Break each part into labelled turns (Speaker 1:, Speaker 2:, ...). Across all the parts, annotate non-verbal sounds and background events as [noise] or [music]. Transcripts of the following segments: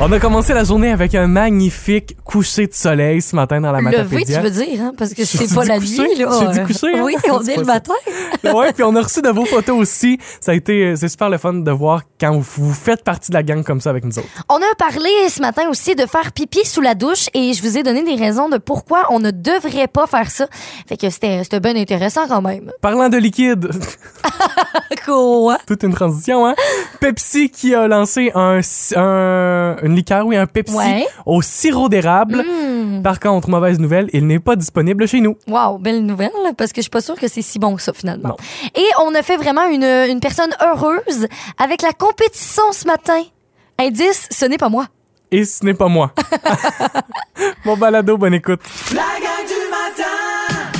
Speaker 1: On a commencé la journée avec un magnifique coucher de soleil ce matin dans la
Speaker 2: Levé, tu
Speaker 1: matapédia.
Speaker 2: veux dire, hein, parce que
Speaker 1: J'ai
Speaker 2: c'est
Speaker 1: dit
Speaker 2: pas la
Speaker 1: coucher.
Speaker 2: nuit, là.
Speaker 1: J'ai dit coucher, hein.
Speaker 2: Oui, on est
Speaker 1: C'est
Speaker 2: le
Speaker 1: pas ça.
Speaker 2: matin.
Speaker 1: ouais, puis on a reçu de beaux photos aussi. Ça a été, euh, c'est super le fun de voir quand vous, vous faites partie de la gang comme ça avec nous autres.
Speaker 2: On a parlé ce matin aussi de faire pipi sous la douche et je vous ai donné des raisons de pourquoi on ne devrait pas faire ça. Fait que c'était c'était bien intéressant quand même.
Speaker 1: Parlant de liquide,
Speaker 2: [laughs]
Speaker 1: [laughs]
Speaker 2: Quoi?
Speaker 1: toute une transition, hein. Pepsi qui a lancé un, si- un- une liqueur, oui, un Pepsi
Speaker 2: Ouais. Mmh.
Speaker 1: au sirop d'érable. Par contre, mauvaise nouvelle, il n'est pas disponible chez nous.
Speaker 2: Wow, belle nouvelle, parce que je suis pas sûre que c'est si bon que ça finalement.
Speaker 1: Non.
Speaker 2: Et on a fait vraiment une, une personne heureuse avec la compétition ce matin. Indice, ce n'est pas moi.
Speaker 1: Et ce n'est pas
Speaker 2: [laughs]
Speaker 1: moi. Mon balado, bonne écoute.
Speaker 3: La gang du matin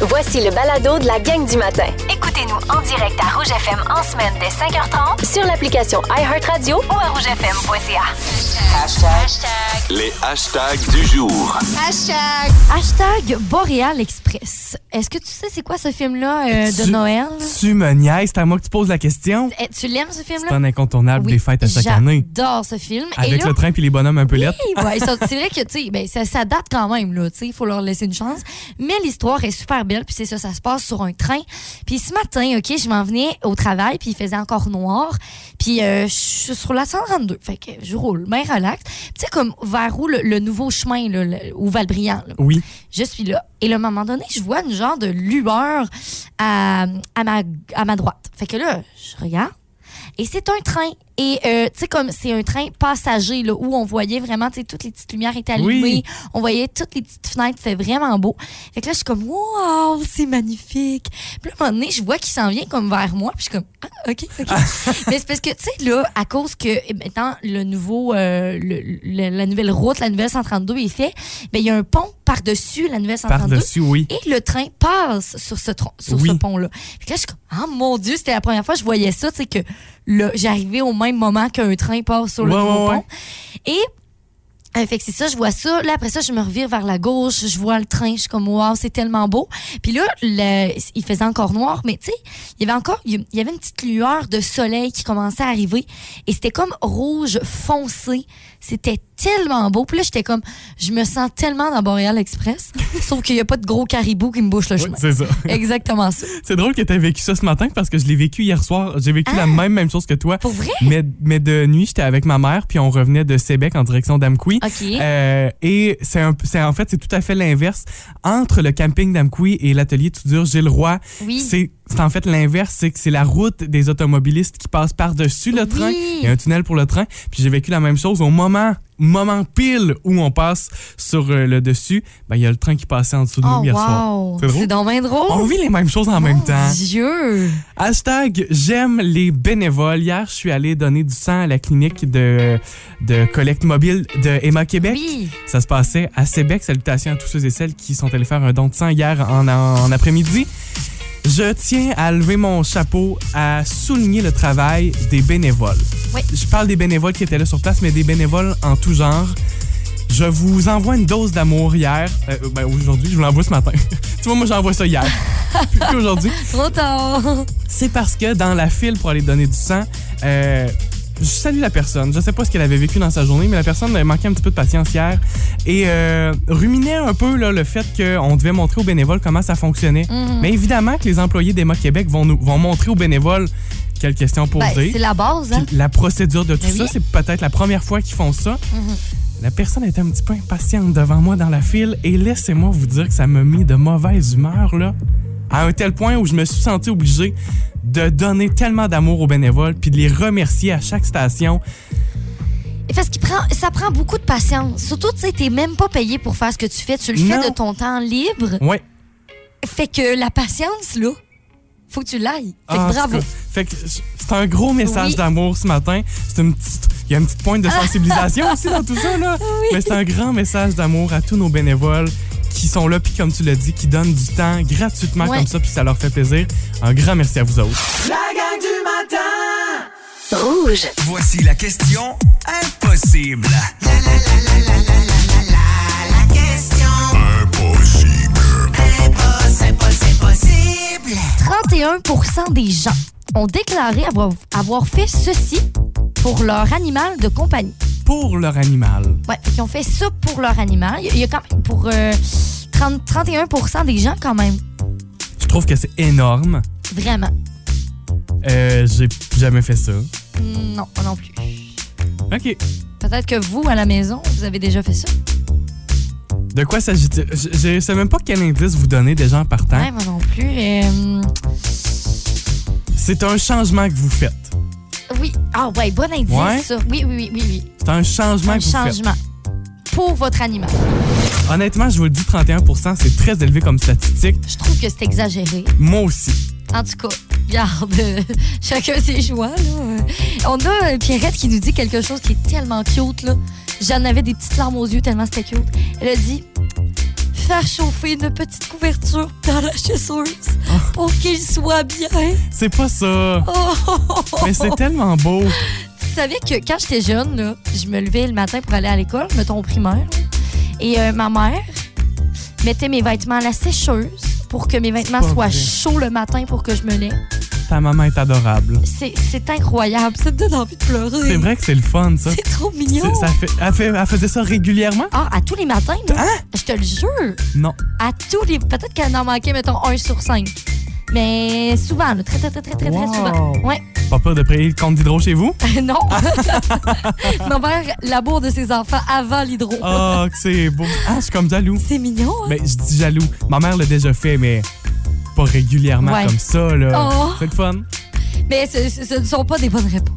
Speaker 4: Voici le balado de la gang du matin. Écoutez-nous en direct à Rouge FM en semaine dès 5h30 sur l'application iHeartRadio ou à rougefm.ca.
Speaker 5: Les hashtags du jour.
Speaker 2: Hashtag Boréal Express. Est-ce que tu sais c'est quoi ce film-là euh, de
Speaker 1: Tu-
Speaker 2: Noël?
Speaker 1: Tu me niaises, c'est à moi que tu poses la question.
Speaker 2: Eh, Tu l'aimes ce film-là?
Speaker 1: C'est un incontournable
Speaker 2: Oui,
Speaker 1: des fêtes à chaque année.
Speaker 2: J'adore ce film. Et
Speaker 1: Avec
Speaker 2: là,
Speaker 1: le train puis les bonhommes un peu lettres.
Speaker 2: oui, ouais, ça- c'est vrai que tu sais, ben, ça, ça date quand même, là, tu sais, il faut leur laisser une chance. Mais l'histoire est super belle, puis c'est ça, ça se passe sur un train. Puis ce matin, OK, je m'en venais au travail, puis il faisait encore noir. Puis euh, je suis sur la 132, fait que je roule, bien relax. Puis Tu sais, comme vers où le, le nouveau chemin, là, le- au Val-Briand, là.
Speaker 1: Oui.
Speaker 2: Je suis là. Et à un moment donné, je vois une genre de lueur à, à ma, à ma droite. Fait que là, je regarde. Et c'est un train. Et euh, tu sais, comme c'est un train passager, là, où on voyait vraiment, tu sais, toutes les petites lumières étaient allumées.
Speaker 1: Oui.
Speaker 2: On voyait toutes les petites fenêtres. C'était vraiment beau. Fait que là, je suis comme, wow, c'est magnifique. Puis là, à un moment donné, je vois qu'il s'en vient comme vers moi. Puis je suis comme, ah, OK, OK. Mais c'est parce que, tu sais, là, à cause que eh, maintenant, le nouveau, euh, le- le- la nouvelle route, la nouvelle 132 est faite, ben, il y a un pont par-dessus la nouvelle 132.
Speaker 1: Par-dessus, oui.
Speaker 2: Et le train passe sur ce, tron- sur
Speaker 1: Oui.
Speaker 2: ce pont-là. Fait que là, je suis comme, ah mon Dieu, c'était la première fois que je voyais ça, tu sais, que là, j'arrivais au même moment qu'un train passe sur le
Speaker 1: Ouais,
Speaker 2: nouveau
Speaker 1: ouais,
Speaker 2: pont. Et, euh, fait que c'est ça, je vois ça. Là, après ça, je me revire vers la gauche, je vois le train, je suis comme, waouh, c'est tellement beau. Puis là, le- il faisait encore noir, mais tu sais, il y avait encore, il y avait une petite lueur de soleil qui commençait à arriver. Et c'était comme rouge foncé. C'était tellement beau. Puis là, j'étais comme, je me sens tellement dans Boréal Express, [laughs] sauf qu'il n'y a pas de gros caribou qui me bouche le
Speaker 1: Oui,
Speaker 2: chemin. [laughs]
Speaker 1: c'est ça.
Speaker 2: Exactement ça.
Speaker 1: C'est drôle que tu vécu ça ce matin parce que je l'ai vécu hier soir. J'ai vécu
Speaker 2: Ah!
Speaker 1: la même même chose que toi.
Speaker 2: Pour vrai?
Speaker 1: Mais, mais de nuit, j'étais avec ma mère, puis on revenait de Sébec en direction d'Amqui.
Speaker 2: OK.
Speaker 1: Euh, et c'est un- c'est en fait, c'est tout à fait l'inverse. Entre le camping d'Amqui et l'atelier tout dur Gilles Roy,
Speaker 2: Oui.
Speaker 1: c'est c'est en fait l'inverse. C'est que c'est la route des automobilistes qui passe par-dessus le
Speaker 2: Oui.
Speaker 1: train. Il y a un tunnel pour le train. Puis j'ai vécu la même chose au moment moment pile où on passe sur euh, le dessus, ben, il y a le train qui passait en dessous de nous
Speaker 2: Oh,
Speaker 1: hier soir.
Speaker 2: wow. Oh.
Speaker 1: C'est drôle.
Speaker 2: C'est donc bien drôle.
Speaker 1: On vit les mêmes choses en même temps.
Speaker 2: Dieu.
Speaker 1: Hashtag j'aime les bénévoles. Hier, je suis allé donner du sang à la clinique de, de collecte mobile de Emma Québec.
Speaker 2: Oui.
Speaker 1: Ça se passait à Québec. Salutations à tous ceux et celles qui sont allés faire un don de sang hier en, en après-midi. Je tiens à lever mon chapeau à souligner le travail des bénévoles.
Speaker 2: Oui.
Speaker 1: Je parle des bénévoles qui étaient là sur place, mais des bénévoles en tout genre. Je vous envoie une dose d'amour hier. Euh, euh, ben, aujourd'hui, je vous l'envoie ce matin. [laughs] tu vois, moi, j'envoie ça hier. Puis aujourd'hui,
Speaker 2: Trop tard.
Speaker 1: c'est parce que dans la file pour aller donner du sang, euh, je salue la personne. Je sais pas ce qu'elle avait vécu dans sa journée, mais la personne avait manqué un petit peu de patience hier et euh, ruminait un peu là, le fait qu'on devait montrer aux bénévoles comment ça fonctionnait.
Speaker 2: Mhm.
Speaker 1: Mais évidemment que les employés d'Emma Québec vont, nous, vont montrer aux bénévoles quelles questions
Speaker 2: Ben,
Speaker 1: poser.
Speaker 2: c'est la base, hein?
Speaker 1: Puis la procédure de tout
Speaker 2: Ben
Speaker 1: ça,
Speaker 2: oui. Mm-hmm.
Speaker 1: c'est peut-être la première fois qu'ils font ça. La personne était un petit peu impatiente devant moi dans la file et laissez-moi vous dire que ça m'a mis de mauvaise humeur, là. À un tel point où je me suis senti obligé de donner tellement d'amour aux bénévoles puis de les remercier à chaque station.
Speaker 2: Et Parce que ça prend beaucoup de patience. Surtout, tu sais, t'es même pas payé pour faire ce que tu fais. Tu le
Speaker 1: Non.
Speaker 2: fais de ton temps libre.
Speaker 1: Ouais.
Speaker 2: Fait que la patience, là, faut que tu l'ailles. Fait que
Speaker 1: Ah, en tout
Speaker 2: bravo.
Speaker 1: cas, Fait que c'est un gros message
Speaker 2: Oui.
Speaker 1: d'amour ce matin. C'est une petite, il y a une petite pointe de sensibilisation aussi dans tout ça
Speaker 2: [laughs]
Speaker 1: là. Mais c'est un grand message d'amour à tous nos bénévoles qui sont là puis comme tu l'as dit, qui donnent du temps gratuitement
Speaker 2: Ouais.
Speaker 1: comme ça puis ça leur fait plaisir. Un grand merci à vous autres.
Speaker 3: La gang du matin
Speaker 4: Rouge.
Speaker 6: Voici la question impossible.
Speaker 3: Impossible
Speaker 2: 31 des gens ont déclaré avoir, avoir fait ceci pour leur animal de compagnie.
Speaker 1: pour leur animal.
Speaker 2: Ouais, qui ont fait ça pour leur animal. Il y a- il y a quand même pour euh, 30 31 des gens, quand même.
Speaker 1: Je trouve que c'est énorme.
Speaker 2: Vraiment.
Speaker 1: Euh, J'ai jamais fait ça.
Speaker 2: Non, moi non plus.
Speaker 1: OK.
Speaker 2: Peut-être que vous, à la maison, vous avez déjà fait ça.
Speaker 1: De quoi s'agit-il? Je- Je sais même pas quel indice vous donner déjà en partant.
Speaker 2: Ouais, moi non plus. Euh,
Speaker 1: C'est un changement que vous faites.
Speaker 2: oui. Ah, ouais, bon indice,
Speaker 1: Ouais.
Speaker 2: ça. Oui, oui, oui, oui. oui.
Speaker 1: C'est un changement
Speaker 2: Un
Speaker 1: que vous faites.
Speaker 2: changement. Pour votre animal.
Speaker 1: Honnêtement, je vous le dis, 31 c'est très élevé comme statistique.
Speaker 2: Je trouve que c'est exagéré.
Speaker 1: Moi aussi.
Speaker 2: En tout cas, garde, [laughs] chacun ses joies. Là. On a euh, Pierrette qui nous dit quelque chose qui est tellement cute. Là. J'en avais des petites larmes aux yeux tellement c'était cute. Elle a dit faire chauffer une petite couverture dans la chasseuse
Speaker 1: Ah.
Speaker 2: pour qu'il soit bien.
Speaker 1: C'est pas ça.
Speaker 2: Oh, oh, oh, oh. [laughs]
Speaker 1: Mais c'est tellement beau.
Speaker 2: Tu savais que quand j'étais jeune, là, je me levais le matin pour aller à l'école, mettons au primaire. là. Et euh, ma mère mettait mes vêtements à la sécheuse pour que mes vêtements
Speaker 1: pas
Speaker 2: soient
Speaker 1: vrai.
Speaker 2: chauds le matin pour que je me lève.
Speaker 1: Ta maman est adorable.
Speaker 2: C'est c'est incroyable. Ça me donne envie de pleurer.
Speaker 1: C'est vrai que c'est le fun, ça.
Speaker 2: C'est trop mignon.
Speaker 1: C'est- Ça fait, elle, fait- elle faisait ça régulièrement?
Speaker 2: Ah, à tous les matins, là.
Speaker 1: Hein?
Speaker 2: Je te le jure.
Speaker 1: Non.
Speaker 2: À tous les. Peut-être qu'elle en manquait, mettons, un sur cinq. Mais souvent, là, très, très, très, très, très,
Speaker 1: Wow.
Speaker 2: très souvent. Ouais.
Speaker 1: Pas peur de payer le compte d'hydro chez vous?
Speaker 2: [laughs] non. [laughs] Ma mère laboure de ses enfants avant l'hydro.
Speaker 1: Oh, que c'est beau. Ah, je suis comme jaloux.
Speaker 2: C'est mignon, hein?
Speaker 1: Mais je dis jaloux. Ma mère l'a déjà fait, mais pas régulièrement
Speaker 2: Ouais.
Speaker 1: comme ça, là.
Speaker 2: Oh.
Speaker 1: C'est le fun.
Speaker 2: Mais ce, ce- ce ne sont pas des bonnes réponses.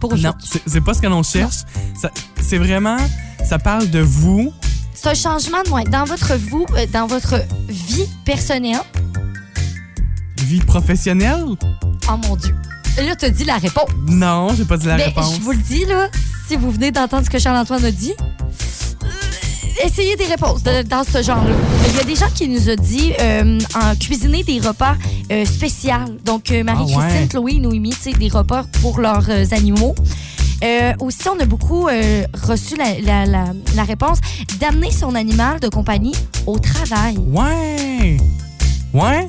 Speaker 2: Pour
Speaker 1: Non,
Speaker 2: aujourd'hui.
Speaker 1: c'est c'est pas ce que l'on cherche. Ça- C'est vraiment, ça parle de vous.
Speaker 2: C'est un changement de moins. Dans votre vous, euh, dans votre vie personnelle.
Speaker 1: Vie professionnelle?
Speaker 2: Oh mon Dieu. Là, tu dit la réponse.
Speaker 1: Non, j'ai pas dit la
Speaker 2: Mais
Speaker 1: réponse.
Speaker 2: Ben, je vous le dis, là, si vous venez d'entendre ce que Charles-Antoine a dit, euh, essayez des réponses de- dans ce genre-là. Il y a des gens qui nous ont dit euh, en cuisiner des repas euh, spéciaux. Donc, euh, Marie-Christine,
Speaker 1: Ah ouais.
Speaker 2: Chloé, Noémie, tu sais, des repas pour leurs euh, animaux. Euh, aussi, on a beaucoup euh, reçu la, la- la- la réponse d'amener son animal de compagnie au travail.
Speaker 1: Ouais! Ouais?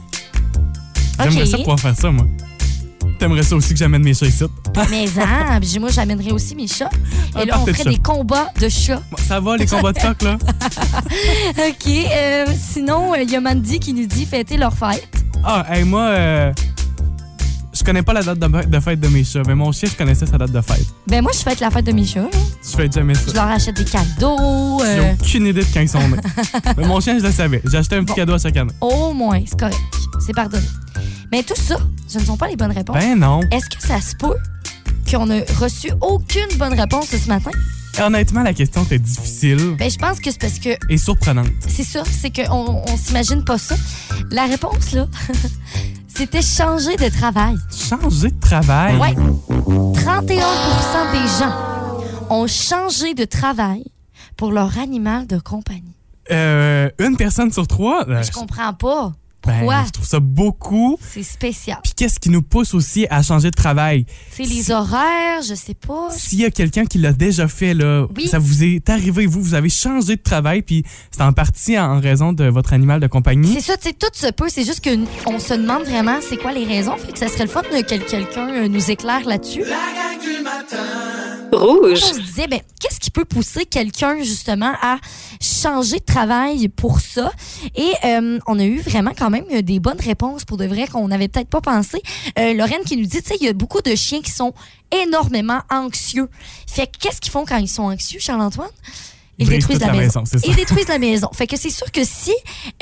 Speaker 1: J'aimerais
Speaker 2: OK.
Speaker 1: ça pouvoir faire ça, moi. T'aimerais ça aussi que j'amène mes chats ici?
Speaker 2: Mais
Speaker 1: [laughs]
Speaker 2: hein, puis moi, j'amènerais aussi mes chats.
Speaker 1: Un
Speaker 2: Et là, on
Speaker 1: party de
Speaker 2: ferait
Speaker 1: chats.
Speaker 2: des combats de chats.
Speaker 1: Bon, Ça va,
Speaker 2: [laughs]
Speaker 1: les combats de coq, là?
Speaker 2: OK. euh, sinon, euh, il y a Mandy qui nous dit fêter leur fête.
Speaker 1: Ah, hey, moi, euh, je connais pas la date de, de fête de mes chats, mais mon chien, je connaissais sa date de fête.
Speaker 2: Ben moi, je fête la fête de mes chats. là.
Speaker 1: Je fais jamais ça.
Speaker 2: Je leur achète des cadeaux.
Speaker 1: J'ai
Speaker 2: euh,
Speaker 1: aucune idée de quand ils sont
Speaker 2: [laughs]
Speaker 1: nés. mais mon chien, je le savais. J'ai acheté un petit
Speaker 2: Bon.
Speaker 1: cadeau à chaque année.
Speaker 2: au moins, c'est correct. C'est pardonné. Mais tout ça, ce ne sont pas les bonnes réponses.
Speaker 1: Ben non.
Speaker 2: Est-ce que ça se peut qu'on n'a reçu aucune bonne réponse ce matin?
Speaker 1: Honnêtement, la question était difficile
Speaker 2: Ben je pense que c'est parce que
Speaker 1: et surprenante.
Speaker 2: c'est ça, c'est qu'on on, s'imagine pas ça. La réponse, là, [laughs] c'était changer de travail.
Speaker 1: Changer de travail?
Speaker 2: Ouais. 31 des gens ont changé de travail pour leur animal de compagnie.
Speaker 1: Euh, une personne sur trois? euh,
Speaker 2: Je comprends pas.
Speaker 1: ben,
Speaker 2: Pourquoi?
Speaker 1: je trouve ça beaucoup.
Speaker 2: C'est spécial.
Speaker 1: Puis qu'est-ce qui nous pousse aussi à changer de travail?
Speaker 2: C'est
Speaker 1: si-
Speaker 2: les horaires, je sais pas.
Speaker 1: S'il y a quelqu'un qui l'a déjà fait, là,
Speaker 2: Oui.
Speaker 1: ça vous est arrivé, vous, vous avez changé de travail, puis c'est en partie en raison de votre animal de compagnie.
Speaker 2: C'est ça, tu sais, tout se peut. C'est juste qu'on se demande vraiment c'est quoi les raisons. Fait que ça serait le fun que quel- quelqu'un euh, nous éclaire là-dessus.
Speaker 4: Rouge.
Speaker 2: On se disait, ben, qu'est-ce qui peut pousser quelqu'un, justement, à changer de travail pour ça? Et euh, on a eu vraiment quand même euh, des bonnes réponses pour de vrai qu'on n'avait peut-être pas pensé. Euh, Lorraine qui nous dit, tu sais, il y a beaucoup de chiens qui sont énormément anxieux. Fait que qu'est-ce qu'ils font quand ils sont anxieux, Charles-Antoine? Ils
Speaker 1: Brise
Speaker 2: détruisent
Speaker 1: toute
Speaker 2: la,
Speaker 1: la
Speaker 2: maison.
Speaker 1: maison, c'est ça.
Speaker 2: Ils détruisent la maison. Fait que c'est sûr que si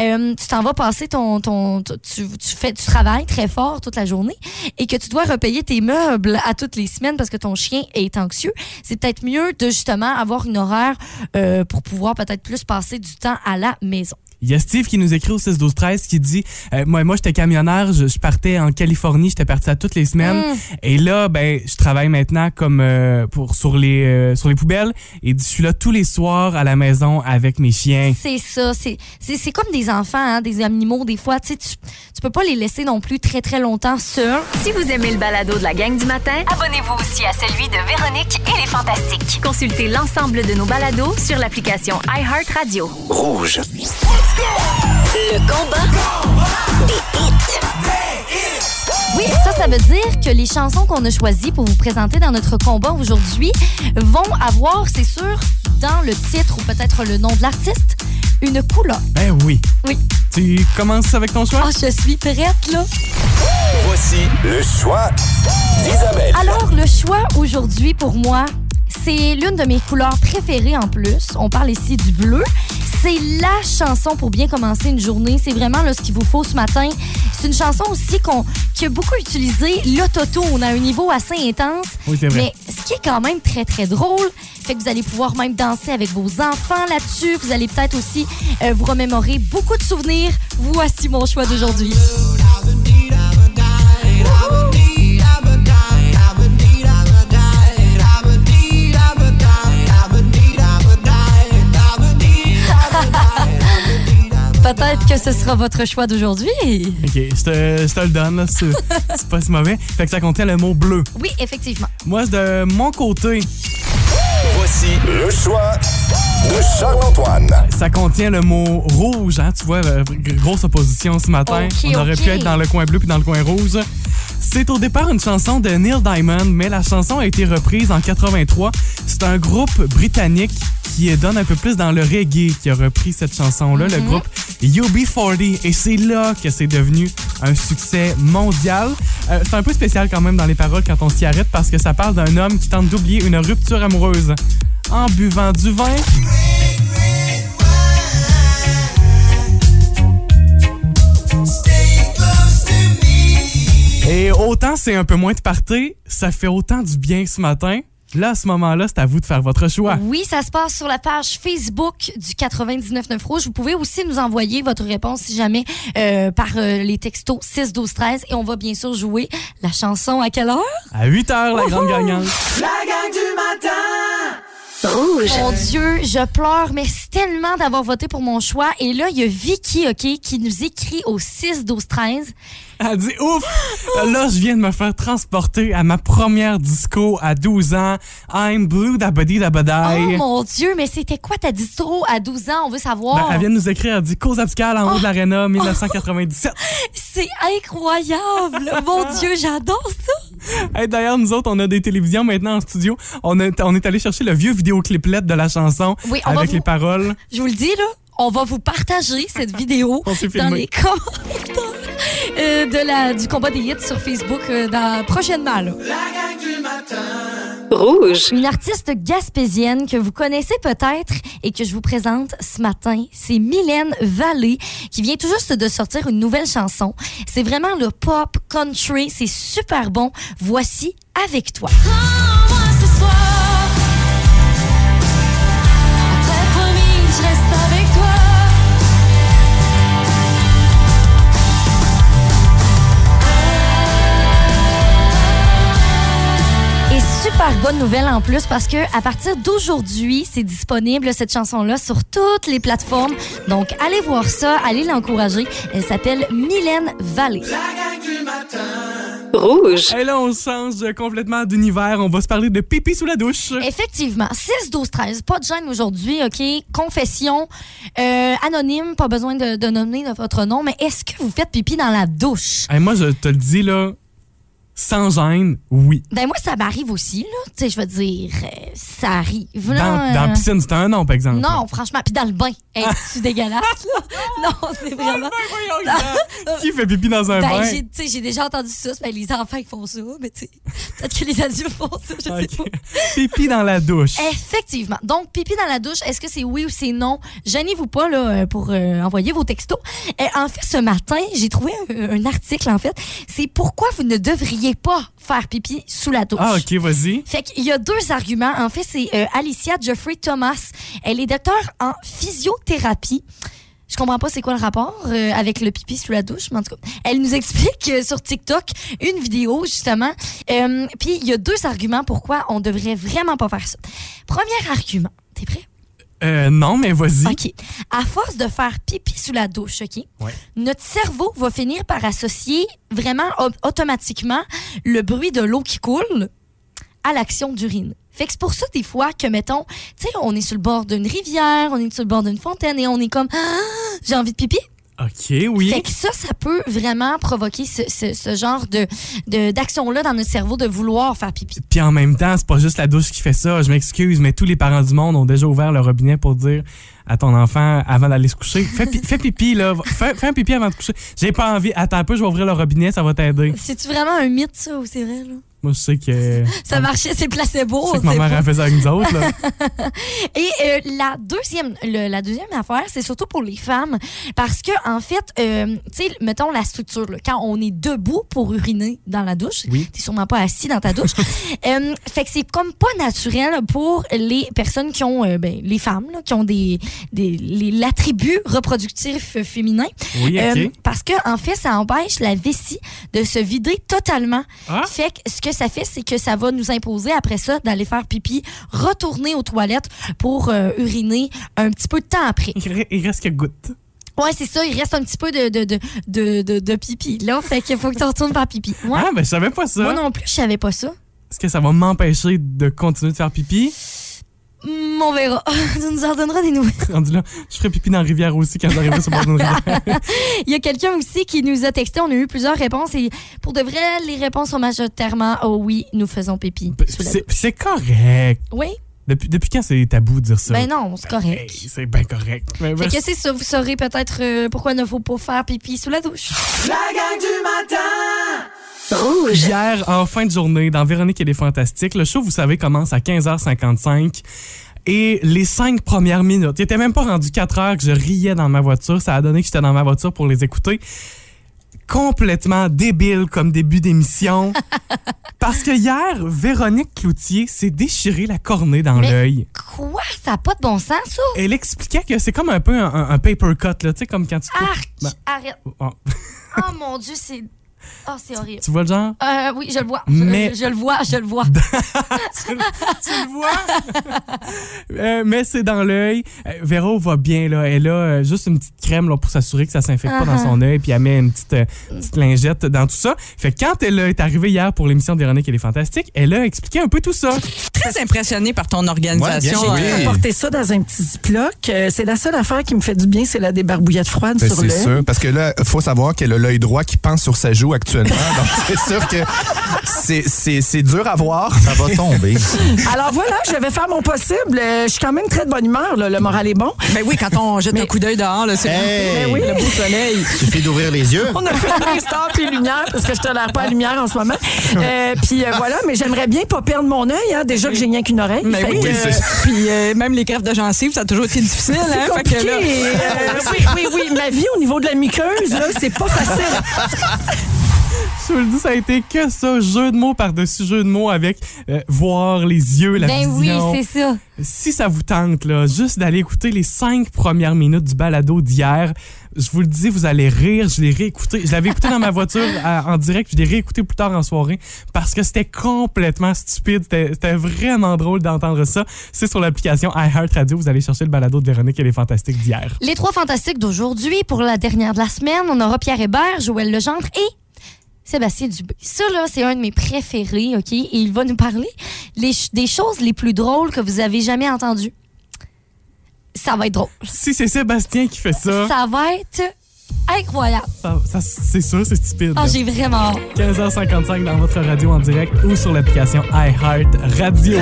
Speaker 2: euh, tu t'en vas passer ton, ton, ton- tu, tu fais tu travailles très fort toute la journée et que tu dois repayer tes meubles à toutes les semaines parce que ton chien est anxieux, c'est peut-être mieux de justement avoir une horaire euh, pour pouvoir peut-être plus passer du temps à la maison.
Speaker 1: Il y a Steve qui nous écrit au 6-12-13 qui dit euh, Moi, moi j'étais camionneur, je, je partais en Californie, j'étais parti à toutes les semaines.
Speaker 2: Mm.
Speaker 1: Et là, ben, je travaille maintenant comme euh, pour sur les euh, sur les poubelles. Et il dit, je suis là tous les soirs à la maison avec mes chiens.
Speaker 2: C'est ça, c'est c'est c'est comme des enfants, hein, des animaux des fois, tu sais, tu tu peux pas les laisser non plus très très longtemps seuls.
Speaker 4: Si vous aimez le balado de la gang du matin, abonnez-vous aussi à celui de Véronique et les Fantastiques. Consultez l'ensemble de nos balados sur l'application iHeartRadio.
Speaker 5: Rouge.
Speaker 4: Le combat des hits.
Speaker 2: Oui, ça, ça veut dire que les chansons qu'on a choisies pour vous présenter dans notre combat aujourd'hui vont avoir, c'est sûr, dans le titre ou peut-être le nom de l'artiste, une couleur.
Speaker 1: Ben oui.
Speaker 2: Oui.
Speaker 1: Tu commences avec ton choix?
Speaker 2: Ah, je suis prête, là.
Speaker 5: Voici le choix d'Isabelle.
Speaker 2: Alors, le choix aujourd'hui pour moi, c'est l'une de mes couleurs préférées en plus. On parle ici du bleu. C'est la chanson pour bien commencer une journée. C'est vraiment là, ce qu'il vous faut ce matin. C'est une chanson aussi qu'on qui a beaucoup utilisé l'autotune à un niveau assez intense.
Speaker 1: Oui, c'est vrai.
Speaker 2: Mais ce qui est quand même très, très drôle, fait que vous allez pouvoir même danser avec vos enfants là-dessus. Vous allez peut-être aussi euh, vous remémorer beaucoup de souvenirs. Voici mon choix d'aujourd'hui. [laughs] Peut-être que ce sera votre choix d'aujourd'hui.
Speaker 1: OK, je te, je te le donne, là. C'est c'est pas si mauvais. Fait que ça contient le mot bleu.
Speaker 2: Oui, effectivement.
Speaker 1: Moi, de mon côté,
Speaker 5: Voici le choix de Charles-Antoine.
Speaker 1: ça contient le mot rouge. Hein? Tu vois, euh, gr- grosse opposition ce matin.
Speaker 2: Ok,
Speaker 1: On aurait
Speaker 2: ok.
Speaker 1: pu être dans le coin bleu puis dans le coin rouge. C'est au départ une chanson de Neil Diamond, mais la chanson a été reprise en 83. C'est un groupe britannique qui donne un peu plus dans le reggae qui a repris cette chanson-là,
Speaker 2: Mhm.
Speaker 1: le groupe UB40. Et c'est là que c'est devenu un succès mondial. Euh, c'est un peu spécial quand même dans les paroles quand on s'y arrête parce que ça parle d'un homme qui tente d'oublier une rupture amoureuse en buvant du vin. Et autant c'est un peu moins de party, ça fait autant du bien ce matin. Là, à ce moment-là, c'est à vous de faire votre choix.
Speaker 2: [laughs] Oui, ça se passe sur la page Facebook du 99.9 Rouge. Vous pouvez aussi nous envoyer votre réponse si jamais euh, par euh, les textos 6, 12, 13 et on va bien sûr jouer la chanson à quelle heure?
Speaker 1: À 8 h, la grande gagnante.
Speaker 3: La gang du matin!
Speaker 2: Mon Dieu, je pleure. Merci tellement d'avoir voté pour mon choix. Et là, il y a Vicky, OK, qui nous écrit au 6, 12, 13.
Speaker 1: Elle dit Ouf Là, je viens de me faire transporter à ma première disco à 12 ans. I'm blue da body da
Speaker 2: Oh
Speaker 1: badai.
Speaker 2: mon Dieu, mais c'était quoi ta distro à 12 ans? On veut
Speaker 1: Ben,
Speaker 2: savoir.
Speaker 1: elle vient de nous écrire, elle dit Cause abscale en haut
Speaker 2: Oh!
Speaker 1: de l'aréna
Speaker 2: [laughs]
Speaker 1: 1997.
Speaker 2: C'est
Speaker 1: [laughs]
Speaker 2: incroyable. mon Dieu, j'adore ça.
Speaker 1: Hey, D'ailleurs, nous autres, on a des télévisions maintenant en studio. On, est- on est allé chercher le vieux vidéocliplette de la chanson
Speaker 2: Oui, on va
Speaker 1: avec
Speaker 2: vous-
Speaker 1: les paroles.
Speaker 2: Je vous le dis, là, on va vous partager cette vidéo
Speaker 1: [laughs] On s'est
Speaker 2: dans
Speaker 1: filmé.
Speaker 2: les [laughs] commentaires euh, de la, du combat des hits sur Facebook euh, dans- prochainement. là.
Speaker 4: Rouge.
Speaker 2: Une artiste gaspésienne que vous connaissez peut-être et que je vous présente ce matin, c'est Mylène Vallée qui vient tout juste de sortir une nouvelle chanson. C'est vraiment le pop country, c'est super bon. Voici avec toi. Et super bonne nouvelle en plus parce que à partir d'aujourd'hui, c'est disponible cette chanson-là sur toutes les plateformes. Donc allez voir ça, allez l'encourager. Elle s'appelle Mylène Vallée.
Speaker 4: Rouge.
Speaker 1: Et là, on change complètement d'univers. On va se parler de pipi sous la douche.
Speaker 2: Effectivement, 6, 12, 13, pas de gêne aujourd'hui, OK? Confession, euh, anonyme, pas besoin de, de nommer votre nom, mais est-ce que vous faites pipi dans la douche?
Speaker 1: Hey, moi, je te le dis, là, sans gêne, oui.
Speaker 2: Ben moi, ça m'arrive aussi, là. Tu sais, je veux dire, euh, ça arrive.
Speaker 1: Dans,
Speaker 2: là.
Speaker 1: dans Ah! la piscine, c'est un nom, par exemple.
Speaker 2: euh, Non, franchement. Puis dans le bain. Hey, tu
Speaker 1: [laughs]
Speaker 2: dégueulasse, là. Non, c'est vraiment.
Speaker 1: Voyons, gars, Qui fait pipi dans un
Speaker 2: Ben,
Speaker 1: bain?
Speaker 2: j'ai- tu sais, j'ai déjà entendu ça. c'est, Ben, les enfants, ils font ça. Mais tu sais, peut-être que les adultes font ça. Je sais
Speaker 1: Ok.
Speaker 2: pas.
Speaker 1: pipi dans la douche.
Speaker 2: Effectivement. Donc, pipi dans la douche, est-ce que c'est oui ou c'est non? Gênez-vous pas là, euh, pour euh, envoyer vos textos. Euh, en fait, ce matin, j'ai trouvé un, un article, en fait. C'est pourquoi vous ne devriez pas faire pipi sous la douche.
Speaker 1: Ah, ok, vas-y.
Speaker 2: Fait qu'il y a deux arguments. En fait, c'est euh, Alicia Jeffrey Thomas. Elle est docteur en physiothérapie. Je comprends pas c'est quoi le rapport euh, avec le pipi sous la douche, mais en tout cas, elle nous explique euh, sur TikTok une vidéo justement. Euh, Puis il y a deux arguments pourquoi on devrait vraiment pas faire ça. Premier argument, t'es prêt
Speaker 1: Euh, non, mais vas-y.
Speaker 2: OK. À force de faire pipi sous la douche, OK?
Speaker 1: Ouais.
Speaker 2: Notre cerveau va finir par associer vraiment au- automatiquement le bruit de l'eau qui coule à l'action d'urine. Fait que c'est pour ça, des fois, que, mettons, tu sais, on est sur le bord d'une rivière, on est sur le bord d'une fontaine et on est comme, Ah, j'ai envie de pipi.
Speaker 1: OK, oui.
Speaker 2: Fait que ça, ça peut vraiment provoquer ce, ce- ce genre de, de- d'action-là dans notre cerveau de vouloir faire pipi.
Speaker 1: Puis en même temps, c'est pas juste la douche qui fait ça. Je m'excuse, mais tous les parents du monde ont déjà ouvert le robinet pour dire à ton enfant avant d'aller se coucher fais, pi- fais pipi, là. Va- Fais, fais un pipi avant de te coucher. J'ai pas envie. Attends un peu, je vais ouvrir le robinet, ça va t'aider.
Speaker 2: C'est-tu vraiment un mythe, ça, ou c'est vrai? Là?
Speaker 1: Moi, je sais que.
Speaker 2: Ça marchait, Oh, c'est placebo.
Speaker 1: Je sais Ah. que
Speaker 2: on
Speaker 1: ma
Speaker 2: sait
Speaker 1: mère
Speaker 2: pas.
Speaker 1: a fait ça avec nous autres, là.
Speaker 2: [laughs] Et euh, la deuxième, le- la deuxième affaire, c'est surtout pour les femmes, parce que en fait, euh, tu sais, mettons la structure, là, quand on est debout pour uriner dans la douche,
Speaker 1: Oui.
Speaker 2: t'es sûrement pas assis dans ta douche, Euh, fait que c'est comme pas naturel pour les personnes qui ont, euh, ben, les femmes, là, qui ont des, des les- l'attribut reproductif euh, féminin,
Speaker 1: Oui, OK.
Speaker 2: Euh, parce que en fait, ça empêche la vessie de se vider totalement.
Speaker 1: Ah.
Speaker 2: Fait que ce que ça fait, c'est que ça va nous imposer après ça d'aller faire pipi, retourner aux toilettes pour euh, uriner un petit peu de temps après.
Speaker 1: Il re- il reste que goutte.
Speaker 2: Ouais, c'est ça, il reste un petit peu de, de, de, de, de- de pipi. Là, fait qu'il faut que tu retournes faire pipi. Ouais.
Speaker 1: Ah, ben, je savais pas ça.
Speaker 2: Moi non plus, je savais pas ça.
Speaker 1: Est-ce que ça va m'empêcher de continuer de faire pipi? [laughs]
Speaker 2: Hum, on verra. [laughs] tu nous en donneras des nouvelles.
Speaker 1: Rendu là, je ferai pipi dans la rivière aussi quand j'arriverai sur le bord d'une rivière.
Speaker 2: Il y a quelqu'un aussi qui nous a texté, on a eu plusieurs réponses et pour de vrai, les réponses sont majoritairement oh oui, nous faisons pipi. sous la
Speaker 1: C'est-
Speaker 2: douche.
Speaker 1: C'est correct.
Speaker 2: Oui,
Speaker 1: Depuis, depuis quand c'est tabou de dire ça?
Speaker 2: ben non, c'est
Speaker 1: Hey,
Speaker 2: correct.
Speaker 1: c'est bien correct. Ben,
Speaker 2: Fait
Speaker 1: merci.
Speaker 2: que c'est ça, vous saurez peut-être euh, pourquoi il ne faut pas faire pipi sous la douche.
Speaker 3: La gang du matin!
Speaker 1: Hier, en fin de journée, dans Véronique et les Fantastiques, le show, vous savez, commence à 15h55. Et les cinq premières minutes, il était même pas rendu 4 heures que je riais dans ma voiture. Ça a donné que j'étais dans ma voiture pour les écouter. Complètement débile comme début d'émission. [laughs] Parce que hier, Véronique Cloutier s'est déchiré la cornée dans
Speaker 2: Mais-
Speaker 1: l'œil.
Speaker 2: Quoi? Ça n'a pas de bon sens, ça?
Speaker 1: Elle expliquait que c'est comme un peu un, un- un paper cut, là, tu sais, comme quand tu coupes-
Speaker 2: Arc!
Speaker 1: Ben,
Speaker 2: Arrête.
Speaker 1: oh,
Speaker 2: Oh mon Dieu, c'est. Oh, c'est horrible.
Speaker 1: tu vois le genre?
Speaker 2: Euh, oui, je le vois. Je,
Speaker 1: Mais-
Speaker 2: je le vois, je le vois.
Speaker 1: tu, tu le vois? Euh, mais c'est dans l'œil. Euh, Véro va bien, là. Elle a euh, juste une petite crème là, pour s'assurer que ça s'infecte pas dans
Speaker 2: Uh-huh.
Speaker 1: son œil, puis elle met une petite, euh, petite lingette dans tout ça. Fait que quand elle euh, est arrivée hier pour l'émission de Véronique et les Fantastiques, elle a expliqué un peu tout ça.
Speaker 7: très impressionnée par ton organisation.
Speaker 8: Ouais, bien joué.
Speaker 7: Euh,
Speaker 8: Oui.
Speaker 9: Porter ça dans un petit ziploc. Euh, c'est la seule affaire qui me fait du bien, c'est la débarbouillette froide
Speaker 8: Ben,
Speaker 9: sur
Speaker 8: c'est
Speaker 9: le.
Speaker 8: sûr, parce que là, faut savoir qu'elle a l'œil droit qui pense sur sa joue actuellement. [laughs] Donc, c'est sûr que c'est- c'est c'est dur à voir. Ça va tomber.
Speaker 9: [laughs] Alors voilà, je vais faire mon possible. Euh, je suis quand même très de bonne humeur, là, le moral est bon.
Speaker 7: Ben oui, quand on jette un coup d'œil dehors, là, c'est
Speaker 8: Hey!
Speaker 9: Ben oui, le beau soleil.
Speaker 8: Suffit d'ouvrir les yeux.
Speaker 9: On a fait les stars puis les lumières parce que je tolère pas la lumière en ce moment. Euh, puis euh, voilà, mais j'aimerais bien pas perdre mon œil. Hein, déjà que j'ai rien qu'une oreille.
Speaker 7: Mais oui,
Speaker 9: que,
Speaker 8: Ben Oui,
Speaker 7: euh, puis euh, même les greffes de gencives, ça a toujours été difficile.
Speaker 9: C'est
Speaker 7: Hein? Fait que
Speaker 9: compliqué.
Speaker 7: là-
Speaker 9: Euh, oui,
Speaker 7: [laughs]
Speaker 9: oui, oui. Ma vie au niveau de la muqueuse, là, c'est pas facile.
Speaker 1: Je vous le dis, ça a été que ça, jeu de mots par-dessus jeu de mots avec euh, voir les yeux, la
Speaker 2: ben
Speaker 1: vision.
Speaker 2: oui, c'est ça.
Speaker 1: si ça vous tente, là, juste d'aller écouter les cinq premières minutes du balado d'hier, je vous le dis, vous allez rire. Je l'ai réécouté. Je l'avais écouté dans ma voiture à- en direct. Je l'ai réécouté plus tard en soirée parce que c'était complètement stupide. C'était c'était vraiment drôle d'entendre ça. C'est sur l'application iHeartRadio. Vous allez chercher le balado de Véronique et les Fantastiques d'hier.
Speaker 2: Les trois fantastiques d'aujourd'hui, pour la dernière de la semaine, on aura Pierre Hébert, Joël Legendre et Sébastien Dubé. Ça, là, c'est un de mes préférés, OK? Et il va nous parler les ch- des choses les plus drôles que vous avez jamais entendues. Ça va être drôle.
Speaker 1: Si c'est Sébastien qui fait ça,
Speaker 2: Ça va être incroyable.
Speaker 1: ça- ça- c'est sûr, c'est stupide.
Speaker 2: Ah,
Speaker 1: là.
Speaker 2: j'ai vraiment hâte.
Speaker 1: 15h55 dans votre radio en direct ou sur l'application iHeartRadio.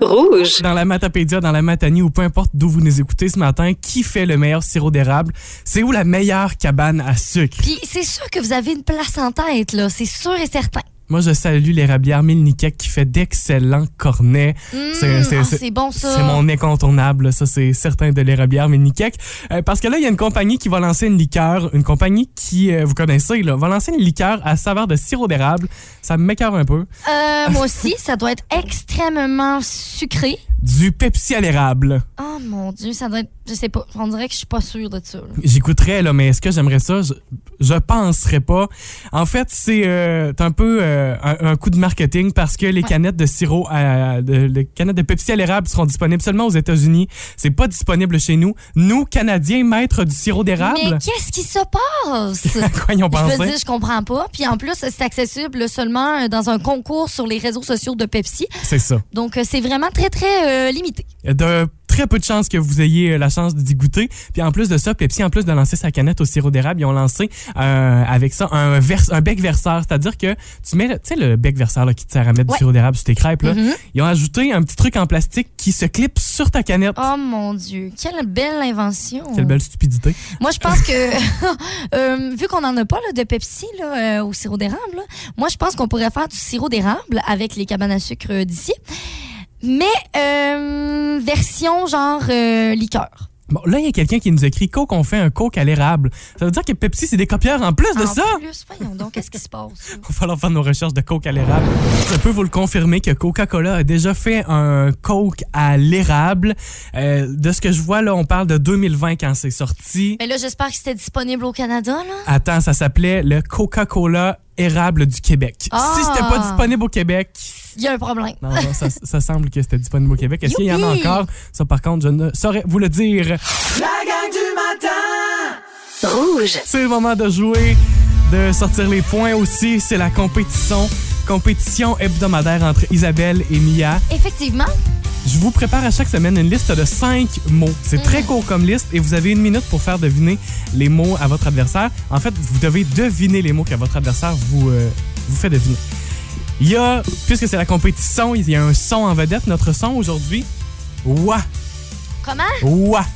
Speaker 4: Rouge.
Speaker 1: dans la Matapédia, dans la Matanie ou peu importe d'où vous nous écoutez ce matin, qui fait le meilleur sirop d'érable? C'est où la meilleure cabane à sucre?
Speaker 2: Puis c'est sûr que vous avez une place en tête, là. C'est sûr et certain.
Speaker 1: Moi, je salue l'érablière Milnikek qui fait d'excellents cornets. C'est-
Speaker 2: Mm,
Speaker 1: c'est-
Speaker 2: ah,
Speaker 1: c'est-
Speaker 2: c'est bon, ça.
Speaker 1: C'est mon incontournable, ça c'est certain de l'érablière Milnikek. Euh, parce que là, il y a une compagnie qui va lancer une liqueur, une compagnie qui, euh, vous connaissez, là, va lancer une liqueur à saveur de sirop d'érable. Ça m'écœure un peu.
Speaker 2: Euh, moi aussi, ça doit être extrêmement sucré.
Speaker 1: Du Pepsi à l'érable.
Speaker 2: Oh mon Dieu, ça doit être. Je sais pas. On dirait que je suis pas sûre de ça. là.
Speaker 1: J'écouterais, là, mais est-ce que j'aimerais ça? Je, je penserais pas. En fait, c'est euh, un peu euh, un, un coup de marketing parce que les
Speaker 2: Ouais.
Speaker 1: canettes de sirop, à, de, les canettes de Pepsi à l'érable seront disponibles seulement aux États-Unis. C'est pas disponible chez nous. Nous, Canadiens, maîtres du sirop
Speaker 2: Mais
Speaker 1: d'érable,
Speaker 2: qu'est-ce qui se
Speaker 1: [laughs]
Speaker 2: passe?
Speaker 1: à quoi ils ont
Speaker 2: Je
Speaker 1: pensé?
Speaker 2: veux dire, je comprends pas. Puis en plus, c'est accessible seulement euh, dans un concours sur les réseaux sociaux de Pepsi.
Speaker 1: C'est ça.
Speaker 2: Donc, euh, c'est vraiment très, très euh, limité.
Speaker 1: De très peu de chances que vous ayez euh, la chance d'y goûter. Puis en plus de ça, Pepsi, en plus de lancer sa canette au sirop d'érable, ils ont lancé euh, avec ça un, vers- un bec verseur. C'est-à-dire que tu mets, le- tu sais, le bec verseur là, qui te sert à mettre du
Speaker 2: Ouais. Mm-hmm.
Speaker 1: sirop d'érable sur tes crêpes. Là. Ils ont ajouté un petit truc en plastique qui se clip sur ta canette.
Speaker 2: Oh mon Dieu, quelle belle invention.
Speaker 1: Quelle belle stupidité.
Speaker 2: Moi, je pense que, [laughs] euh, vu qu'on n'en a pas là, de Pepsi là, euh, au sirop d'érable, là, moi, je pense qu'on pourrait faire du sirop d'érable avec les cabanes à sucre euh, d'ici. Mais euh, version genre euh, liqueur.
Speaker 1: Bon, là, il y a quelqu'un qui nous écrit Coke, on fait un Coke à l'érable. Ça veut dire que Pepsi, c'est des copieurs en plus de
Speaker 2: En
Speaker 1: ça.
Speaker 2: plus, voyons donc, qu'est-ce qui se
Speaker 1: [laughs]
Speaker 2: passe? là? [laughs]
Speaker 1: Il va falloir faire nos recherches de Coke à l'érable. Je peux vous le confirmer que Coca-Cola a déjà fait un Coke à l'érable. Euh, de ce que je vois, là, on parle de 2020 quand c'est sorti.
Speaker 2: Mais là, j'espère que c'était disponible au Canada. Là.
Speaker 1: Attends, ça s'appelait le Coca-Cola érable du Québec.
Speaker 2: Ah!
Speaker 1: Si c'était pas disponible au
Speaker 2: [laughs]
Speaker 1: Québec,
Speaker 2: Il y a un problème.
Speaker 1: non, non, ça, ça semble que c'était disponible au Québec. Est-ce qu'il y en a
Speaker 2: Youpi!
Speaker 1: encore? Ça, par contre, je ne saurais vous le dire.
Speaker 3: La gang du matin!
Speaker 4: Rouge.
Speaker 1: C'est le moment de jouer, de sortir les points aussi. C'est la compétition. Compétition hebdomadaire entre Isabelle et Mia.
Speaker 2: Effectivement,
Speaker 1: Je vous prépare à chaque semaine une liste de cinq mots. C'est très court comme liste et vous avez une minute pour faire deviner les mots à votre adversaire. En fait, vous devez deviner les mots que votre adversaire vous, euh, vous fait deviner. Il y a, puisque c'est la compétition, il y a un son en vedette. Notre son aujourd'hui, ouah,
Speaker 2: comment?
Speaker 1: ouah.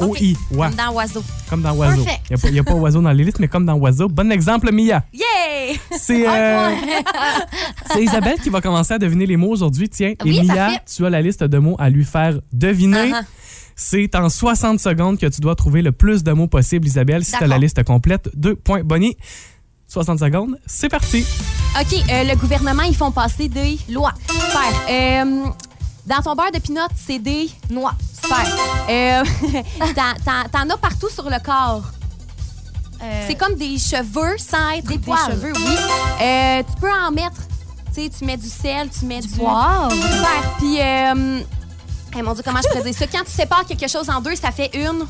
Speaker 2: Ok.
Speaker 1: O-I, ouah,
Speaker 2: Comme dans Oiseau.
Speaker 1: comme dans oiseau.
Speaker 2: Perfect.
Speaker 1: Il n'y a, pas oiseau dans les listes, mais comme dans oiseau. Bon exemple, Mia.
Speaker 2: Yay!
Speaker 1: C'est
Speaker 2: Ah,
Speaker 1: euh, [laughs] c'est Isabelle qui va commencer à deviner les mots aujourd'hui. Tiens,
Speaker 2: Oui,
Speaker 1: et Mia,
Speaker 2: parfait.
Speaker 1: tu as la liste de mots à lui faire deviner.
Speaker 2: Uh-huh.
Speaker 1: C'est en 60 secondes que tu dois trouver le plus de mots possible, Isabelle. Si tu as la
Speaker 2: D'accord.
Speaker 1: liste complète, deux points. Bonnie, 60 secondes, c'est parti.
Speaker 10: OK, euh, le gouvernement, ils font passer des lois. Super. Euh, dans ton beurre de pinot, c'est des noix. Super. Euh, [laughs] t'en- t'en- T'en as partout sur le corps. C'est comme des cheveux sans être Euh. des,
Speaker 2: poils.
Speaker 10: cheveux, oui. Euh, tu peux en mettre. Tu sais, tu mets du sel, tu mets du...
Speaker 2: Wow!
Speaker 10: Super. Puis, euh, eh, mon Dieu, comment je pourrais dire ça? Quand tu sépares quelque chose en deux, ça fait une.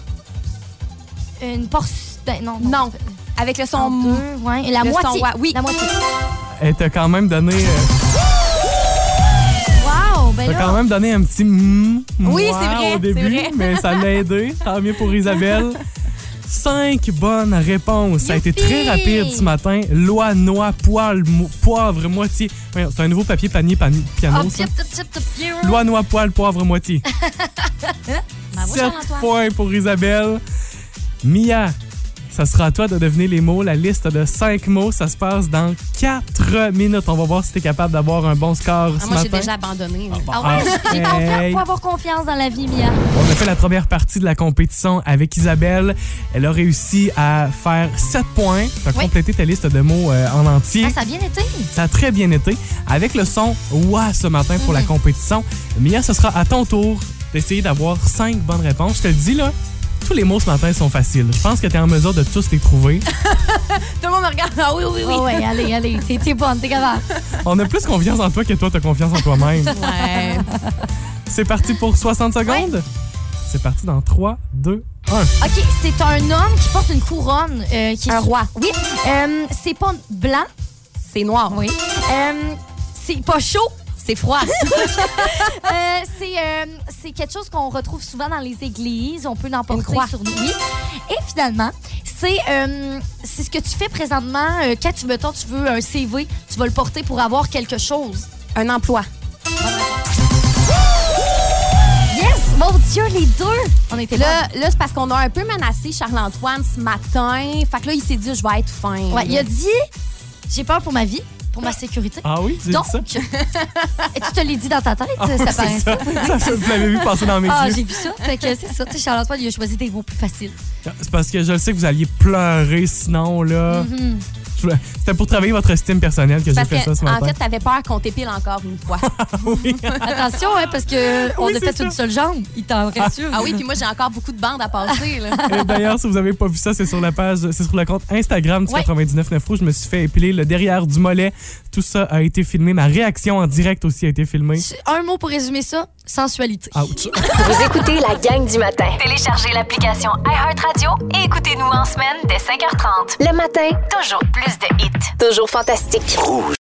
Speaker 2: Une portion. Ben, non,
Speaker 10: Non. Avec le son...
Speaker 2: En deux, ouais. La
Speaker 10: le son,
Speaker 2: moitié.
Speaker 10: ouais, oui.
Speaker 2: La moitié.
Speaker 1: Elle t'a quand même donné, euh,
Speaker 2: Wow! Ben
Speaker 1: t'as
Speaker 2: là,
Speaker 1: quand même donné un petit mm,
Speaker 10: Oui,
Speaker 1: moi
Speaker 10: c'est vrai,
Speaker 1: au
Speaker 10: c'est
Speaker 1: début,
Speaker 10: vrai.
Speaker 1: mais ça l'a aidé. Tant mieux pour Isabelle. Cinq bonnes réponses. Ça a été
Speaker 2: Youpi!
Speaker 1: très rapide ce matin. Loi, noix, poil, mo- poivre, moitié. Voyons, C'est un nouveau papier panier, panier piano.
Speaker 2: Hop,
Speaker 1: ça.
Speaker 2: tip, tip, tip, tip, zero.
Speaker 1: Loi, noix, poil, poivre, moitié.
Speaker 2: Ah,
Speaker 10: Ben,
Speaker 1: 7 points pour Isabelle. Mia, ça sera à toi de deviner les mots. La liste de 5 mots, ça se passe dans 4 minutes. On va voir si tu es capable d'avoir un bon score ce
Speaker 10: Ah, moi, j'ai
Speaker 1: matin.
Speaker 10: déjà abandonné.
Speaker 2: Ah ouais,
Speaker 1: Ah,
Speaker 2: j'ai
Speaker 1: hey.
Speaker 2: confiance. Faut avoir confiance dans la vie, Mia.
Speaker 1: On a fait la première partie de la compétition avec Isabelle. Elle a réussi à faire 7 points. Tu as
Speaker 2: Oui.
Speaker 1: complété ta liste de mots euh, en entier.
Speaker 2: Ah, ça a bien été.
Speaker 1: Ça a très bien été. Avec le son Ouah ce matin pour la compétition. Mia, ce sera à ton tour d'essayer d'avoir cinq bonnes réponses. Je te le dis là, tous les mots ce matin sont faciles. Je pense que tu es en mesure de tous les trouver.
Speaker 10: Tout le monde me regarde. Ah oui, oui, oui.
Speaker 2: Ah ouais, allez, allez. T'es- T'es bonne, t'es capable.
Speaker 1: On a plus confiance en toi que toi, tu as confiance en toi-même.
Speaker 10: Ouais.
Speaker 1: C'est parti pour 60 secondes. C'est parti dans 3, 2, 1.
Speaker 2: OK, c'est un homme qui porte une couronne. euh, qui est
Speaker 10: Un
Speaker 2: sur-
Speaker 10: roi.
Speaker 2: Oui. Euh, c'est pas blanc.
Speaker 10: C'est noir.
Speaker 2: Oui. Euh, c'est pas chaud.
Speaker 10: C'est froid.
Speaker 2: Euh, c'est euh, c'est quelque chose qu'on retrouve souvent dans les églises. On peut l'emporter
Speaker 10: Une croix.
Speaker 2: sur nous. Oui. Et finalement, c'est euh, c'est ce que tu fais présentement euh, quand tu, mettons, tu veux un CV, tu vas le porter pour avoir quelque chose.
Speaker 10: [laughs] Un emploi.
Speaker 2: Yes! Mon Dieu, les deux! On était là.
Speaker 10: Là, là c'est parce qu'on a un peu menacé Charles-Antoine ce matin. Fait que là, il s'est dit, je vais être fin.
Speaker 2: Ouais, il a dit j'ai peur pour ma vie, pour ma sécurité.
Speaker 1: Ah oui, j'ai dit
Speaker 2: Donc,
Speaker 1: ça.
Speaker 2: [laughs]
Speaker 1: Ah,
Speaker 2: et tu te l'es dit dans ta tête, ça
Speaker 1: C'est
Speaker 2: paraît ça.
Speaker 1: ça. Ça, ça, vous l'avez vu passer dans mes
Speaker 2: Ah,
Speaker 1: yeux.
Speaker 2: j'ai vu ça. Fait que c'est ça. Tu sais, Charles-Antoine, il a choisi des mots plus faciles.
Speaker 1: C'est parce que je le sais que vous alliez pleurer sinon, là. Je voulais- C'était pour travailler votre estime personnelle que j'ai
Speaker 10: Parce
Speaker 1: fait
Speaker 10: que,
Speaker 1: ça ce
Speaker 10: en
Speaker 1: matin.
Speaker 10: fait, t'avais peur qu'on t'épile encore une fois.
Speaker 1: Oui.
Speaker 2: Attention, hein, parce que on
Speaker 1: Ah. Oui,
Speaker 2: a
Speaker 1: c'est
Speaker 2: fait
Speaker 1: ça.
Speaker 2: une seule jambe. Il t'en reste une.
Speaker 10: [laughs] ah oui, puis moi, j'ai encore beaucoup de bandes à passer. Là.
Speaker 1: Et D'ailleurs, si vous avez pas vu ça, c'est sur la page, c'est sur le compte Instagram du
Speaker 2: Ouais.
Speaker 1: 99.9 Rouge. Je me suis fait épiler le derrière du mollet. Tout ça a été filmé. Ma réaction en direct aussi a été filmée.
Speaker 2: Un mot pour résumer ça, sensualité.
Speaker 1: Ouch.
Speaker 4: Vous écoutez la gang du matin. Téléchargez l'application iHeartRadio et écoutez-nous en semaine dès 5h30. Le matin, toujours plus de hits. Toujours fantastique.